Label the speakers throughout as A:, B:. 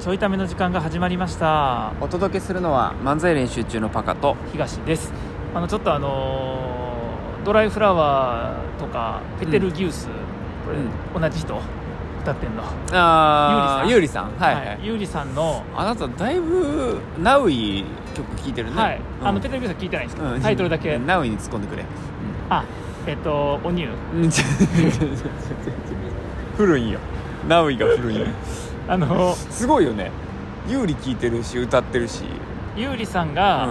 A: ちょいための時間が始まりました
B: お届けするのは漫才練習中のパカと
A: 東ですあのちょっとあのードライフラワーとかペテルギウス、これ同じ人歌ってんの、
B: あー
A: ゆ
B: ゆうりさんはいはい、
A: ゆうりさんの
B: あなただいぶナウイ曲聴いてるね
A: はい、
B: うん
A: あのペテルギウスは聞いてないんですけど、
B: うん
A: タイトルだけ
B: ナウイに突っ込んでくれ
A: あえっ、とおにゅう
B: うんちょちょちょちょちょ古いんよナウイが古いんよ
A: あの
B: すごいよねユーリ聴いてるし歌ってるし、
A: ゆうりさん
B: うん
A: が、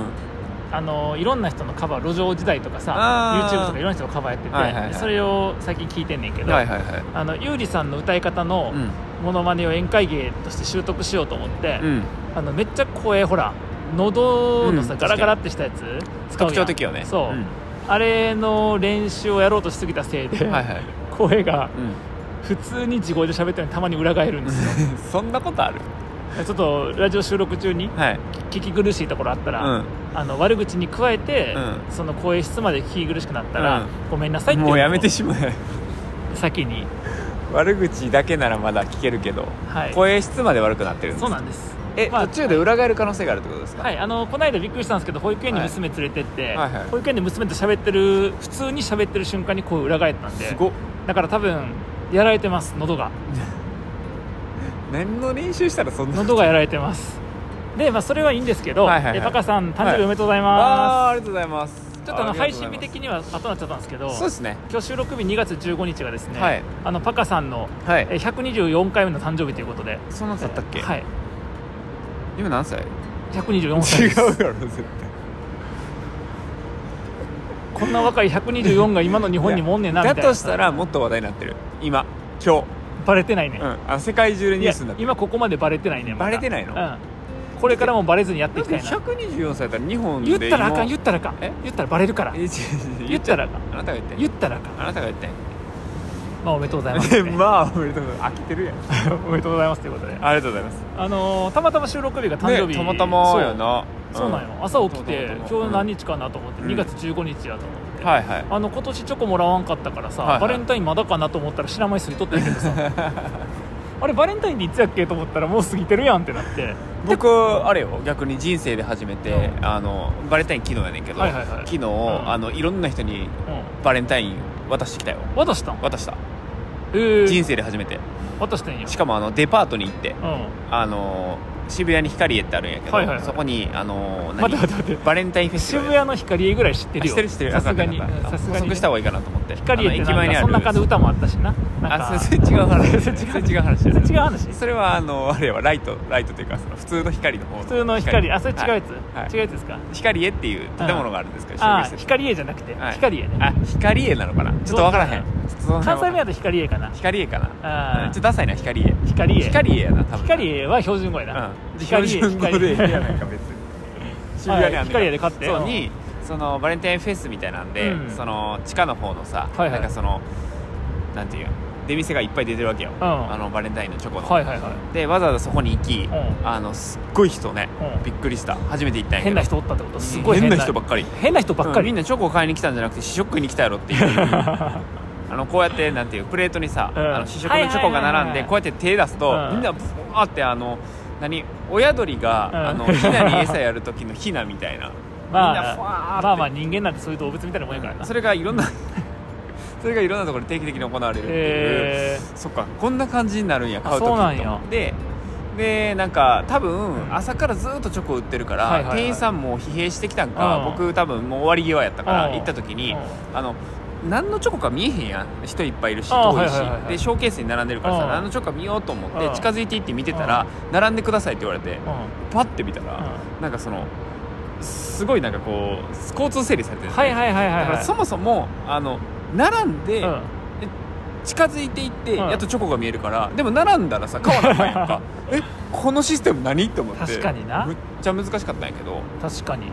A: あのいろんな人のカバー路上時代とかさ
B: あー
A: YouTube とかいろんな人のカバーやってて、
B: はいはいはい
A: それを最近聞いてんねんけど、
B: はいはいはい
A: あのゆうりさんの歌い方の
B: うん
A: モノマネを宴会芸として習得しようと思って、
B: うん
A: あのめっちゃ声ほら喉のさ、
B: うん
A: ガラガラってしたやつ使うやん
B: 特徴的よね
A: そう、
B: ん
A: あれの練習をやろうとしすぎたせい で、
B: はいはい、
A: 声が
B: うん
A: 普通に地声で喋ったのにたまに裏返るんですよ
B: そんな ことある
A: ちょっとラジオ収録中に
B: はい
A: 聞き苦しいところあったら、
B: う
A: あの悪口に加えて、
B: うん
A: その声質まで聞き苦しくなったら、
B: うん
A: ごめんなさいっ
B: ん
A: てい
B: もうやめて
A: し
B: しまえ
A: 先に、
B: 悪口だけならまだ聞けるけど、
A: はい、
B: 声質まで悪くなってるんです
A: そう
B: か
A: なんです
B: え、
A: まあ
B: 途中で裏返る可能性があるってことですか、
A: はい、あのこの間びっくりしたんですけど保育園に娘連れてって、
B: はいはい
A: 保育園で娘と喋ってる普通に喋ってる瞬間に声裏返ったんです
B: ごっ
A: だから多分やられてます喉 が
B: 何の練習したらそんな
A: 喉がやられてますで、まあ、それはいいんですけど、
B: はいはいはい
A: えパカさん誕生日おめでとうござい
B: あー
A: ま
B: ありがとうございます
A: す、ちょっとあの
B: りが
A: 配
B: とう
A: 信日
B: ございます
A: 的には後になっちゃったんですけど
B: そうですね
A: 今日収録日2月15日がですね、
B: はい
A: あのパカさんの
B: は
A: え
B: い
A: 124回目の誕生日ということで
B: そんなだったっけ、
A: はい
B: 今何歳違
A: 124歳です
B: うやろ絶対
A: こんな若い124が今の日本にもおんねんなみたいな
B: だとしたらもっと話題になってる今今
A: バレてないね、
B: 日、うん、あ世界中でニ
A: い
B: ュー
A: や
B: スになってる
A: 今ここまでバレてないねまだ
B: バレてないの
A: うん、これからもバレずにやっていきたい
B: だ
A: な
B: って124歳だったら日本で
A: 言ったらあかん言
B: 言っ
A: ったらあかん
B: え
A: 言ったらバレるから
B: え違う違う
A: 言ったらあかん
B: あなたが言って
A: 言ったらあかん
B: あなたが言って、
A: まあおめでとうございます、ね
B: まあおめでとうございます飽きてるやん
A: おめでとうございますということで
B: ありがとうございます
A: あのーたまたま収録日が誕生日、
B: ねたまたまやな
A: そうそうなんよ朝起きて
B: たまたまたま
A: 今日何日かなと思って
B: うん
A: 2月15日やと思って、
B: はいはい
A: あの今年チョコもらわんかったからさ、
B: はいはい
A: バレンタインまだかなと思ったら知らない人いとったんやけどさ あれバレンタインっていつやっけと思ったらもう過ぎてるやんってなって
B: 僕あれよ逆に人生で初めて、
A: う
B: あのバレンタイン昨日やねんけど、
A: はいはいはい
B: 昨日、
A: ん
B: あのいろんな人に
A: うん
B: バレンタイン渡してきたよ
A: 渡したん
B: 渡した、
A: えー
B: 人生で初めて
A: 渡したんや
B: しかもあのデパートに行って
A: う
B: あの渋谷に光家ってあるんやけど、
A: はいはいはい
B: そこにあの
A: ん
B: 何
A: 待って待って待って
B: バレンタインフェスティ
A: 渋
B: バルや
A: 谷の光絵ぐらい知って
B: あ
A: る
B: 知
A: よ
B: ってる知ってる
A: さすがに
B: あかんあかんあかん
A: さすが
B: 補
A: に
B: 足した方がいいかなと思って
A: 光絵ってなんかその中で歌もあったしななんか
B: あそれそれ違う 話
A: それ違う
B: それ違う話
A: それ違う話
B: それはあのあれはライトライトというかその普通の光の方
A: 普通の光あそれ違うやつ、
B: はい
A: 違うやつですか
B: 光絵っていう建物があるんですけど、
A: あ
B: 商業施
A: あ
B: 設
A: 光絵じゃなくて、
B: はい
A: 光絵ね
B: あ光絵なのかなちょっとわからへん
A: ど
B: ちょっとその辺
A: 関
B: は
A: 西弁だと光絵かな
B: 光絵かな
A: あー
B: うんちょっとダサいな光絵
A: 光絵
B: 光絵やな多分
A: 光絵は標準語やな、
B: うん
A: 光
B: 標
A: 絵
B: 準語でいいやないか別に渋谷にあんねん
A: 光絵で買って
B: そうにそのバレンタインフェスみたいなんで、
A: うん
B: その地下の方のさ、
A: はいはい
B: なんかそのなんていう出店がいっぱい出てるわけよ、
A: ん
B: あのバレンタインのチョコの、
A: はいはいはい
B: でわざわざそこに行き、
A: ん
B: あのすっごい人ね、
A: うん
B: びっくりした初めて行ったんやけど
A: 変な人おったってことすごい変な
B: 変な人ばっかり
A: 変な人ばっかり、
B: うんみんなチョコを買いに来たんじゃなくて試食に来たやろっていう あのこうやってなんていうプレートにさ、
A: うん
B: あの試食のチョコが並んで
A: はいはいはいはい
B: こうやって手出すと、
A: うん
B: みんなブワーってあの何親鳥が、
A: うん
B: あのヒナに餌やる時のヒナみた いなみんな フ
A: ま
B: ァーっ
A: あ、
B: て
A: まあまあ人間なんてそういう動物みたいなもんやからな
B: それがいろんな それがいろんなところで定期的に行われるっていう、
A: へ
B: そっかこんな感じになるんや買う時
A: あそうなんや
B: と思ってでなんか多
A: ん
B: 分朝からずっとチョコ売ってるから、
A: はいはいはい
B: 店員さんも疲弊してきたんか、
A: うん
B: 僕多分もう終わり際やったか
A: う
B: ら
A: ん
B: 行った時に、
A: うん
B: あの何のチョコか見えへんやん人いっぱいいるし
A: あー
B: 遠いし、
A: はいはいはいはい
B: でショーケースに並んでるからさ、
A: うん
B: 何のチョコか見ようと思って
A: うん
B: 近づいていって見てたら、並んでくださいって言われて、
A: うんは
B: パッて見たら、なんかそのすごいなんかこう交通整理されてるんですね
A: いはいはいはい
B: だから
A: はい
B: そもそもあの並んで、
A: うん
B: 近づいていって、
A: うん
B: やっとチョコが見えるからでも並んだらさ買わなあかんやん かえこのシステム何って思って
A: 確かにな
B: むっちゃ難しかったんやけど
A: 確かに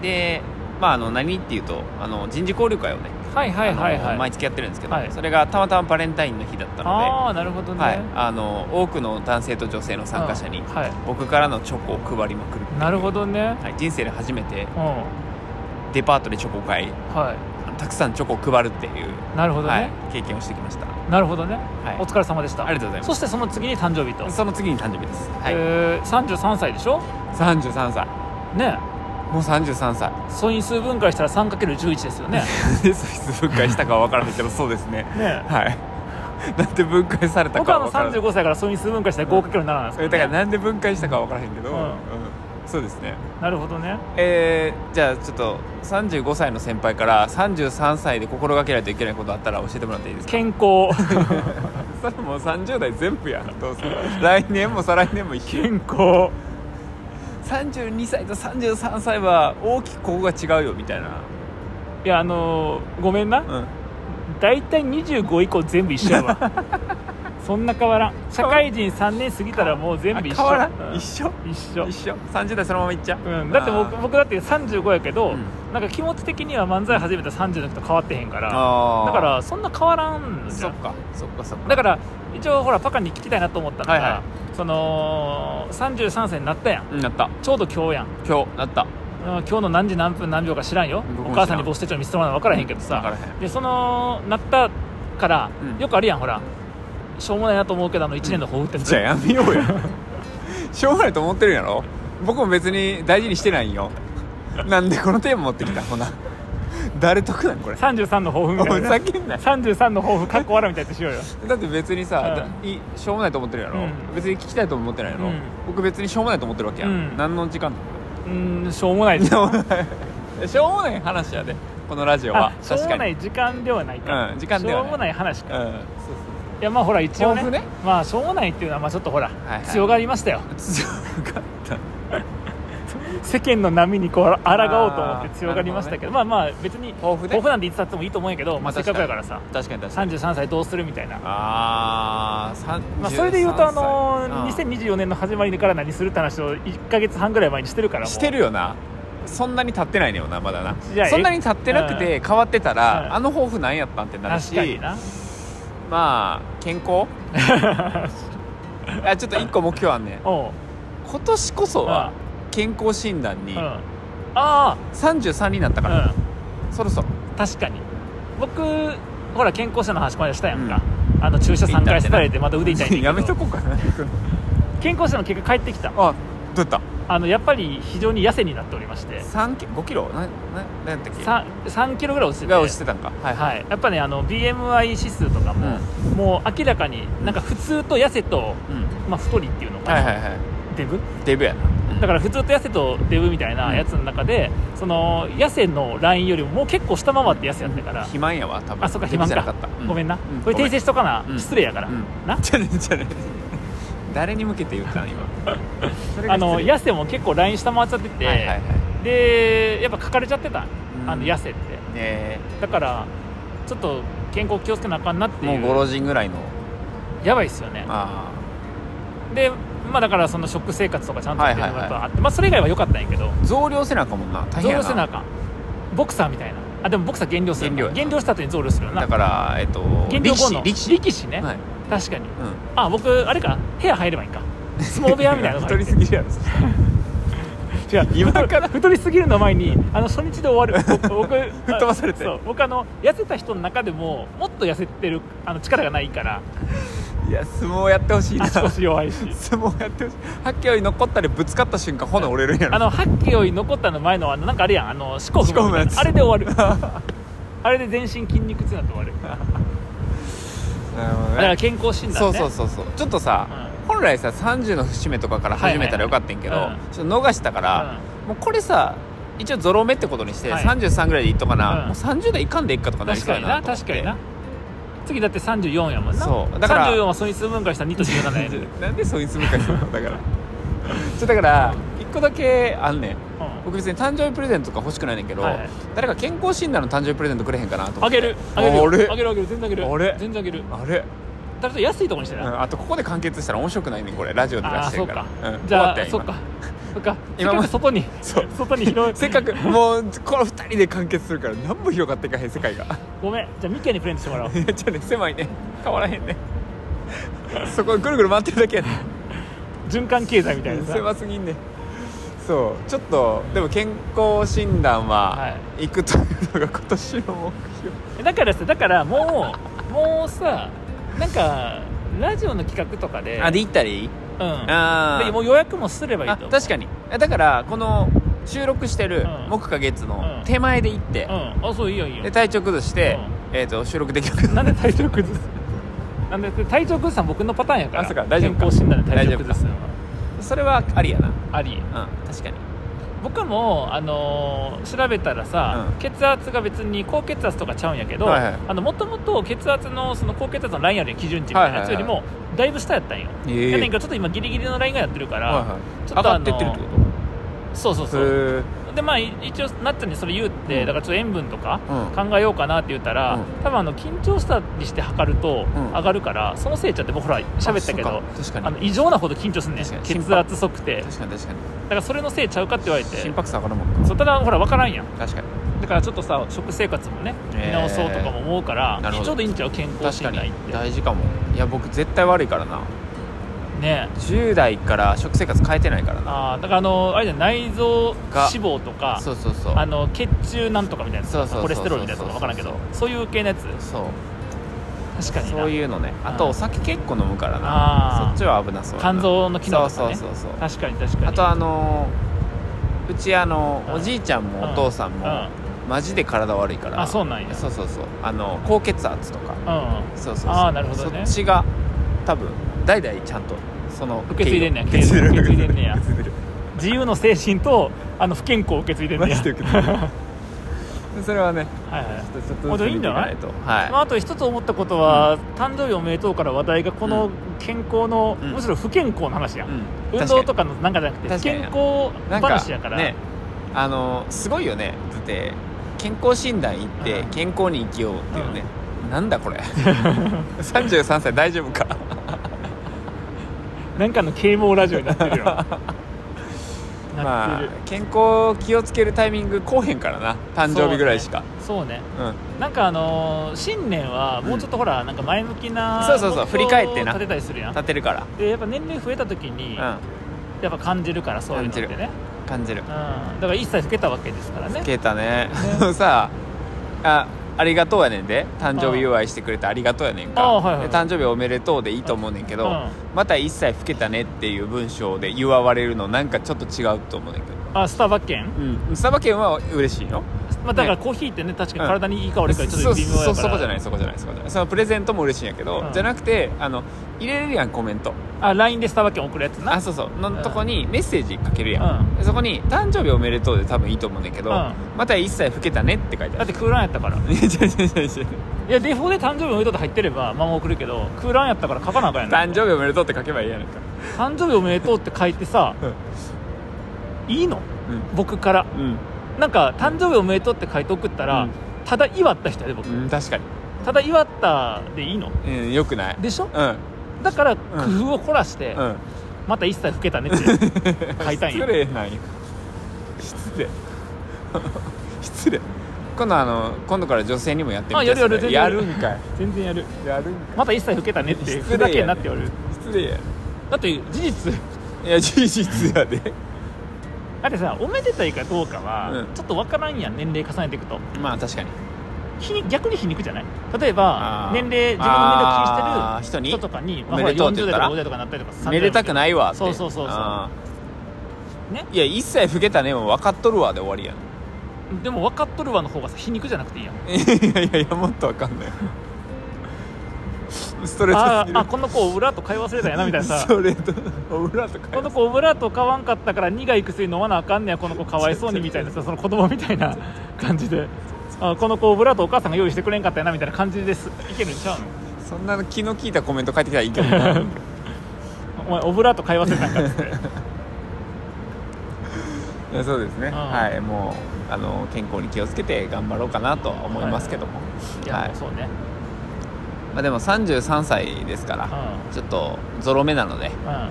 B: でまああの何っていうとあの人事交流会をね、
A: はいはいはい
B: あ
A: は
B: の
A: い
B: 毎月やってるんですけど、
A: はい
B: それがたまたまバレンタインの日だったの
A: ああなるほど
B: で、
A: ね、
B: はい、あの多くの男性と女性の参加者
A: う
B: に、
A: んはい
B: 僕からのチョコを配りまくる、
A: なるほどね
B: はい、人生で初めて
A: うん
B: デパートでチョコを買い
A: はい
B: あのたくさんチョコを配るっていう、
A: なるほどね、
B: はい、経験をしてきました
A: なるほどね、
B: はい
A: お疲れ様でした
B: ありがとうございます
A: そしてその次に誕生日と、
B: その次に誕生日です、はい
A: えー、33歳でしょ
B: 33歳
A: ね
B: もう33歳
A: 素因数分解したら 3×11 ですよね
B: で素質分解したかは分からないけどそうです ね
A: ね
B: はい なんで分解された
A: 僕
B: か
A: は
B: は
A: もう
B: 分からない
A: 35歳から素因数分解したら 5×7 なんですけ
B: え
A: ど、
B: だ
A: ね
B: からなんで分解したかは分からへんけど、
A: う
B: うんんそうですね
A: なるほどね
B: えー、じゃあちょっと35歳の先輩から33歳で心がけないといけないことあったら教えてもらっていいですか
A: 健康
B: それもう30代全部やなどうせ 来年も再来年もいけ
A: 健康
B: 32歳と33歳は大きくここが違うよみたいな、
A: いやあのーごめんな
B: うん、
A: 大体25以降全部一緒や わそんな変わらん社会人3年過ぎたらもう全部一緒
B: あ変わら、
A: うんん
B: 一緒
A: 一緒
B: 一緒30代そのままいっちゃう、
A: うん、だって僕
B: あー
A: 僕だって35やけど、
B: うん
A: なんか気持ち的には漫才始めた30の時と変わってへんから
B: あー
A: だからそんな変わらんじ
B: そ
A: ゃ
B: っ
A: ん
B: かそっかそっか
A: だから一応ほらパカに聞きたいなと思ったのが、
B: はいは
A: その33歳になったやん
B: うんなった
A: ちょうど今日やん、
B: 今日なった
A: うん今日の何時何分何秒か知らんよ
B: 僕も知ら
A: お
B: ん
A: 母さんに母子手帳見せてもらうの分からへんけど
B: 分か
A: さ
B: らへん
A: でそのなったから、
B: うん
A: よくあるやんほらしょうもないなと思うけどあの1年の抱負って、
B: じゃあやめよ うやしょうがないと思ってるやろ僕も別に大事にしてないんよなんでこのテーマ持ってきたほな誰得なんこれ
A: 33の抱負み
B: お
A: た
B: 前
A: いなね
B: 叫んない
A: 33の抱負かっこ笑うみたいにしようよ
B: だって別にさ、だいしょうもないと思ってるやろ、
A: うん
B: 別に聞きたいとも思ってないやろ、
A: うん
B: 僕別にしょうもないと思ってるわけや、
A: うん
B: ん、何の時間
A: うーん しょうもないです
B: しょうもないしょうもない話やでこのラジオは
A: あしょう
B: 確
A: も
B: か
A: な
B: に
A: い時間ではないか、
B: うん時間ではない
A: しょうもない話か、
B: う
A: い
B: ん
A: やまあほら一応ね
B: 抱負ね
A: まあしょうもないっていうのはまあちょっとほら、
B: いはい
A: 強がりましたよ
B: 強かった
A: 世間の波にこう抗おうと思って
B: あー
A: 強がりましたけどまあまあ別に
B: 抱負ね
A: 抱負なんて言ってたってもいいと思うんやけど、まあ、せっかくやからさ
B: 確かに確かに
A: 33歳どうするみたいな、
B: ああ、三
A: まあ、それで言うとあの
B: 2023歳
A: 2024年の始まりから何するって話を1か月半ぐらい前にしてるからもう
B: してるよなそんなに経ってないねよなまだ
A: じゃあ
B: なそんなに経ってなくて変わってたら、
A: うん
B: あの抱負何やったんってなるし
A: 確かに な
B: まあ健康 あちょっと一個目標あんねん
A: おう
B: 今年こそ
A: う
B: は
A: ん
B: 健康診断に
A: うんあ
B: 33になったから、
A: あ
B: そろそろ
A: うん確かに僕ほら健康者の話までしたやんか、あの注射3回刺されてまた腕痛いねんけど
B: やめとこうかな
A: 健康者の結果帰ってきた
B: あどうやった
A: あのやっぱり非常に痩せになっておりまして
B: 3キ5キロなななんやったっけ
A: さ3キロぐらい落ちてて
B: が落ちてたんかはいはい、
A: はい、やっぱねあの BMI 指数とかも、もう明らかになんか普通と痩せと、
B: うんうん
A: まあ、太りっていうのかな、
B: はいはいはい
A: デブ
B: デブやな
A: だから普通と痩せとデブみたいなやつの中で、その痩せのラインよりももう結構下回って痩せやったから、
B: 肥満やわ多分
A: あそっか肥
B: デブ
A: 満
B: じゃ
A: か
B: なかった、う
A: ごめんな、
B: う
A: これ
B: ごめ
A: 訂
B: ん
A: 正しとかな、
B: うん
A: 失礼やから、
B: うん
A: な
B: じゃねじゃね 誰に向けて言ったの今それが
A: あの
B: 失礼
A: 痩せも結構ライン下回っちゃってて、
B: はいはいはい
A: でやっぱ書かれちゃってた、
B: うん
A: あの痩せって
B: え
A: だからちょっと健康気をつけなあかんなって
B: ーも
A: いうう
B: ご老人ぐらいの
A: やばいっすよね
B: あ
A: でまあだからその食生活とかちゃんとっていうのもやっぱあって、
B: はい
A: まあそれ以外は良かったんやけど
B: あ増量せなあかんもんな大
A: 増
B: 変や
A: 量
B: な
A: せなあかんボクサーみたいなあでもボクサー減量する
B: 減量やな
A: 減量した後に増量するよな
B: だからえっと
A: 減量
B: 力
A: 後
B: 士
A: の
B: 力士
A: ね、
B: はい、
A: 確かに
B: うん
A: あ僕あれか部屋入ればいいん か相撲部屋みたいなの
B: 太りすぎるやろそしたら
A: 違う
B: 今から
A: 太りすぎるの前にあの初日で終 わる僕僕吹
B: っ飛ばされて
A: そう僕あの痩せた人の中でももっと痩せてるあの力がないから
B: いや相撲やってほしいな
A: 足
B: 相
A: 腰弱いし
B: 撲やってほしい八キロに残ったりぶつかった瞬間骨折れるんやろ
A: あのハッキより残ったの前のあのなんかあれやんあの四股踏むみたい
B: 四股踏むや
A: な
B: つ
A: あれで終わる あれで全身筋肉痛になって終わるだ
B: なるほどね
A: から健康診断
B: そう
A: ね
B: そうそうそうちょっとさ、本来さ30の節目とかから始めたらよかったんやけど、
A: はいはいはいうん
B: ちょっと逃したから、もうこれさ一応ゾロ目ってことにして、
A: はい
B: 33ぐらいでいっとかな、
A: うん
B: もう30代いかんでいっかとか
A: うん
B: なり
A: 確
B: そ
A: か
B: うや
A: にな
B: なと思っ
A: 確
B: て
A: かにな次だって34やもんな
B: そうだから
A: 34は損失分解したら2と17やで、うん、
B: なんでそういうつむかするのだから ちょだから一個だけあんねん僕別に誕生日プレゼントとか欲しくないねんけど、
A: はいはい
B: 誰か健康診断の誕生日プレゼントくれへんかなと思
A: あ
B: って
A: げるあげる
B: あれ
A: あげるあげる全然あげる
B: あれ
A: 全然あげる
B: あれ、
A: だから安いとこにして
B: う
A: な、
B: ん、あとここで完結したら面白くないねんこれラジオで出
A: ああ
B: して
A: そ
B: る
A: う
B: か、
A: から
B: うん
A: じゃあ
B: 終
A: そ
B: わ
A: う
B: った
A: か
B: よ
A: そっかせっ
B: 今
A: か
B: ま
A: く
B: で
A: 外に
B: そう
A: 外に広
B: 今 せっかくもうこの二人で完結するから何も広がっていかへん世界が。
A: ごめんじゃあミッケにプレゼントしてもらおう
B: いやちょっとね狭いね変わらへんね そこぐるぐる回ってるだけやね
A: 循環経済みたいなさ
B: 狭すぎんねそうちょっとでも健康診断
A: は
B: は行くというのが今年の
A: えだからさだからもうもうさなんかラジオの企画とかで
B: 目標あで行ったらいい
A: うん
B: あー
A: でもう予約もすればいい
B: あ
A: と思う
B: 確かにえだからこの収録してる
A: うん
B: 木か月
A: う
B: の
A: ん
B: 手前で行って
A: うんあそういいよいいよ
B: で体調崩してえーと収録できなく
A: な
B: なっ
A: んで体調崩すなんで体調崩すのは僕のパターンやから
B: あそうか大丈夫か
A: 健康診断で体調崩すのは
B: た それはありやな
A: あり
B: うん確かに
A: 僕も、あのー調べたらさ、
B: うん
A: 血圧が別に高血圧とかちゃうんやけど
B: はいはい
A: もともと血圧のその高血圧のラインあるやん基準値みたいなやつよりもだいぶ下やったんよ、
B: え
A: やねんけどちょっと今ギリギリのラインがやってるから、ちょ
B: 上
A: っと
B: が
A: あ
B: っ
A: の
B: てってるってこ
A: そうそう
B: と
A: そう
B: へー
A: でまあい一応なっちゃんにそれ言って、
B: うん
A: だからちょっと塩分とか
B: うん
A: 考えようかなって言ったら、
B: うん
A: 多分あの緊張したりして測ると
B: うん
A: 上がるから、そのせいちゃって僕ほら喋ったけ
B: あそ
A: ど
B: うか確かに
A: あの異常なほど緊張すんねん
B: 確かに
A: 血
B: 心拍
A: 圧測定
B: 確かに確かに
A: だからそれのせいちゃうかって言われて
B: 心拍数上がるもんな
A: そうただほら分からんやん
B: 確かに
A: だからちょっとさ食生活もね
B: えー
A: 見直そうとかも思うから、
B: なるほど
A: ちょうどいいんちゃう健康
B: 確
A: 診
B: か
A: 断行っ
B: に大事かもいや僕絶対悪いからな
A: てね
B: 10代から食生活変えてないからな
A: あーだからあのあれじゃない内臓
B: が
A: 脂肪とか
B: そうそうそう
A: あの血中なんとかみたいな
B: そうそうそうそう
A: コレステロールみたいなとか分からんけどそういう系のやつ
B: そう
A: 確かにな
B: そういうのねあとお酒結構飲むから
A: あー
B: なそっちは危なそうやな
A: 肝臓の機能とかね
B: そうそうそうそう
A: 確かに確かに
B: あとあのーうちあの
A: うん
B: おじいちゃんもお父さん
A: うん
B: もマジで体悪いから
A: あそうなんや
B: そうそうそうあの高血圧とか
A: うん
B: そうそうそう
A: あーなるほどね
B: そっちが多分代々ちゃんとその
A: 受け継いでんねや
B: 受け継いでる
A: 受け継いでんねや
B: 受け継いでる
A: 自由の精神とあの不健康を受け継いでる
B: マ
A: ねや
B: ジで受け継いでる それはね
A: はいはい
B: ちょっとちょっ
A: も
B: と
A: うでもいいんじゃない
B: ずつ見てかとはい
A: まあ、あと一つ思ったことは、誕生日おめでとうから話題がこ
B: う
A: の健康の、
B: うん
A: むしろ不健康の話やん、
B: うん
A: 運動と
B: 確
A: かのなんかじゃなくて
B: 確かに
A: 健康
B: になん
A: 話やから
B: ねあのすごいよねだって健康診断行って
A: うん
B: 健康に生きようっていうね、なんだ これ33歳大丈夫か
A: なんかの啓蒙ラジオになってるよなっ
B: ま
A: て
B: あ
A: る、
B: 健康気をつけるタイミングこうへんからな誕生日ぐらいしか
A: そうね
B: う,、
A: なんかあのー新年はもうちょっとほら、なんか前向きな
B: そうそうそ
A: 目標を
B: う振り返ってな
A: 立てたりするやん
B: ん立てるから
A: でやっぱ年齢増えた時に、やっ
B: う
A: ぱ感じるからそういうのって
B: 感じ
A: ね、
B: ん感じる
A: うん、だから一切老けたわけですからね
B: 消えたね さああありがとうやねんで誕生日祝いしてくれてありがとうやねんか、
A: あはいはいはい
B: で誕生日おめでとうでいいと思うねんけど、
A: うん
B: また一切老けたねっていう文章で祝われるのなんかちょっと違うと思うねんけど
A: あスタバ券、
B: うん、サバ券は嬉しいよ
A: まあ、だからコーヒーってね確かに体にいいか悪いかちょっ
B: そ
A: と
B: う
A: 微妙やから
B: そうそこじゃないそこじゃないそこじゃないそのプレゼントも嬉しいんやけど、
A: うん
B: じゃなくてあの入れれるやんコメント
A: あ LINE でスタバ券送るやつな
B: あそうそうのとこにメッセージかけるや、
A: うん
B: でそこに「誕生日おめでとう」で多分いいと思うんだけど、
A: うん
B: また一切老けたねって書いてあ
A: だっ
B: る
A: て空欄やったからい
B: いや違う違う違う 違う
A: やデフォで誕生日おめでとうって入ってればまあもう送るけど空欄やったから書かなあかんやん
B: 誕生日おめでとうって書けばいいやんか
A: 誕生日おめでとうって書いてさいいの僕から
B: うん、うん
A: なんか誕生日おめでとうって書いて送ったら、
B: うん
A: ただ祝った人やで僕、
B: うん確かに、
A: ただ祝ったでいいの
B: うん、よくない
A: でしょ
B: うん
A: だから工夫を凝らして、
B: うん
A: また一切老けたねって 書いたん
B: 失
A: や
B: 礼なんよ失礼 失礼今度あの今度から女性にもやってみ
A: あやるやる全
B: それ
A: 然
B: や
A: やる
B: るんかい
A: 全然やる
B: やるん
A: また一切老けたねって
B: 失
A: ふ
B: 礼や
A: ざ
B: ね
A: けんなって言われる
B: 失礼や
A: だって事実
B: いや事実や で
A: だってさおめでたいかどうかは、
B: うん
A: ちょっと分からんやん年齢重ねていくと
B: まあ確かに
A: 皮肉逆に皮肉じゃない例えば
B: あー
A: 年齢自分の年齢を気
B: あー
A: にして
B: 人
A: る
B: に
A: 人とかにまあ
B: おめでとうって言
A: ほ
B: っ
A: ら40
B: た
A: 代
B: ら
A: とか50代とかになったりとか
B: めでたくないわって
A: そうそうそうそう
B: あー
A: ね
B: いや一切老けたねも分かっとるわで終わりやん
A: でも分かっとるわの方がさ皮肉じゃなくていいやん
B: いやいやいやもっと分か んないストレート
A: あ
B: す
A: ー
B: ぎる
A: あこの子オブラート買い忘れたんやなみたいな
B: ス
A: さ
B: トレート裏と
A: こ
B: か
A: の子オブラート買わんかったから苦い薬飲まなあかんねやこの子かわいそうにみたいなさその子供みたいな感じであーこの子オブラートお母さんが用意してくれんかったやなみたいな感じですいけるんちゃうの
B: そんな気の利いたコメント返ってきたらいいけどな
A: お前オブラート買い忘れたんかっつっ て
B: いやそうですね
A: ん
B: はいもうあの健康に気をつけて頑張ろうかなとは思いますけども、
A: いや、
B: はい
A: そうね
B: まあ、でも33歳ですから
A: う
B: ちょっとゾロ目なので、
A: んうん
B: は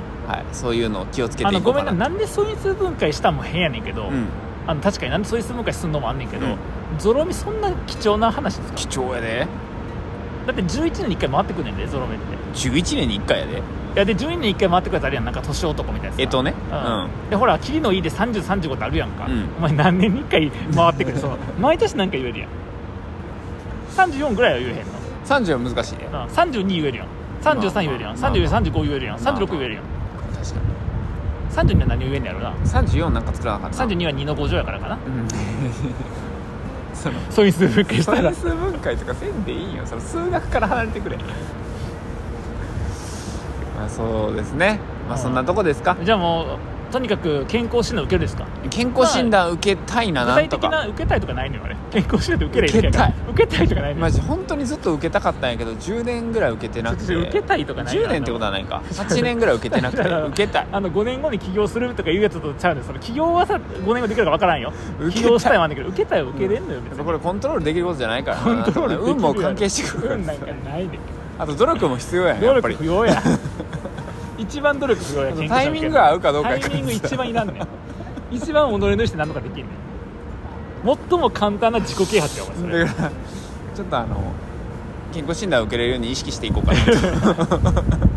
B: い、そういうのを気をつけ
A: あ
B: てい
A: の
B: こ
A: ご
B: う
A: め
B: か
A: ん
B: な
A: ななんで素因数分解したんも変やねんけど、
B: うん、
A: あの確かになんで素因数分解すんのもあんねんけど、
B: うん
A: ゾロ目そんな貴重な話ですか
B: 貴重やで
A: だって11年に1回回ってくんねんでゾロ目ってい
B: 11年に1回やで
A: やで12年に1回回ってくるやつあるやんなんか年男みたいな
B: えっとね
A: うんでほらキリのいいで3035ってあるやんか、
B: うん
A: お前何年に1回回ってくるその 毎年なんか言えるやん34ぐらいは言えへんの
B: 30は難しいね
A: うん32言えるやん33言えるやん
B: まあまあ
A: 3435言えるやん
B: まあまあ
A: 36言えるやん
B: 確か
A: 32は何言えんのやろな
B: に34なんか作らなかった
A: 32は2の5乗やからかな
B: うん その
A: そういう数分解したら
B: 算数分解とかせんでいいよその数学から離れてくれまあそうですねまあそんなとこですか
A: じゃあもうとにかく健康診断受けるですか
B: 健康診断受けたいな
A: 具
B: なん
A: 体
B: と
A: 的
B: か
A: な受けたいとかないのよあれ健康診断って受ければいいだけやから受けたいとかないの
B: マ
A: よ
B: ジ本当にずっと受けたかったんやけど10年ぐらい受けてなく
A: ち
B: て
A: ょっと受けたいとかないな
B: 10年ってことはないか8年ぐらい受け てなくて受けたい
A: あの5年後に起業するとかいうやつとちゃうんですその起業はさ5年後できるか分からんよ
B: 受けたい
A: 起業したいはあんだけど受けたいは受けれんのよ別
B: やっ
A: に
B: ぱこれコントロールできることじゃないからな
A: コントロールできる
B: 運も関係してくるから
A: 運なんかないで
B: あと努力も必要やね
A: 努
B: やっ
A: 力
B: ぱり
A: 不要や一番努力不要や研究者
B: タイミングが合うかどうか
A: タ
B: やから
A: イミング一番いらんねん一番己の意して何とかできんねん最も簡単な自己啓発やお前それ
B: だからちょっとあの健康診断を受けれるように意識していこうかなと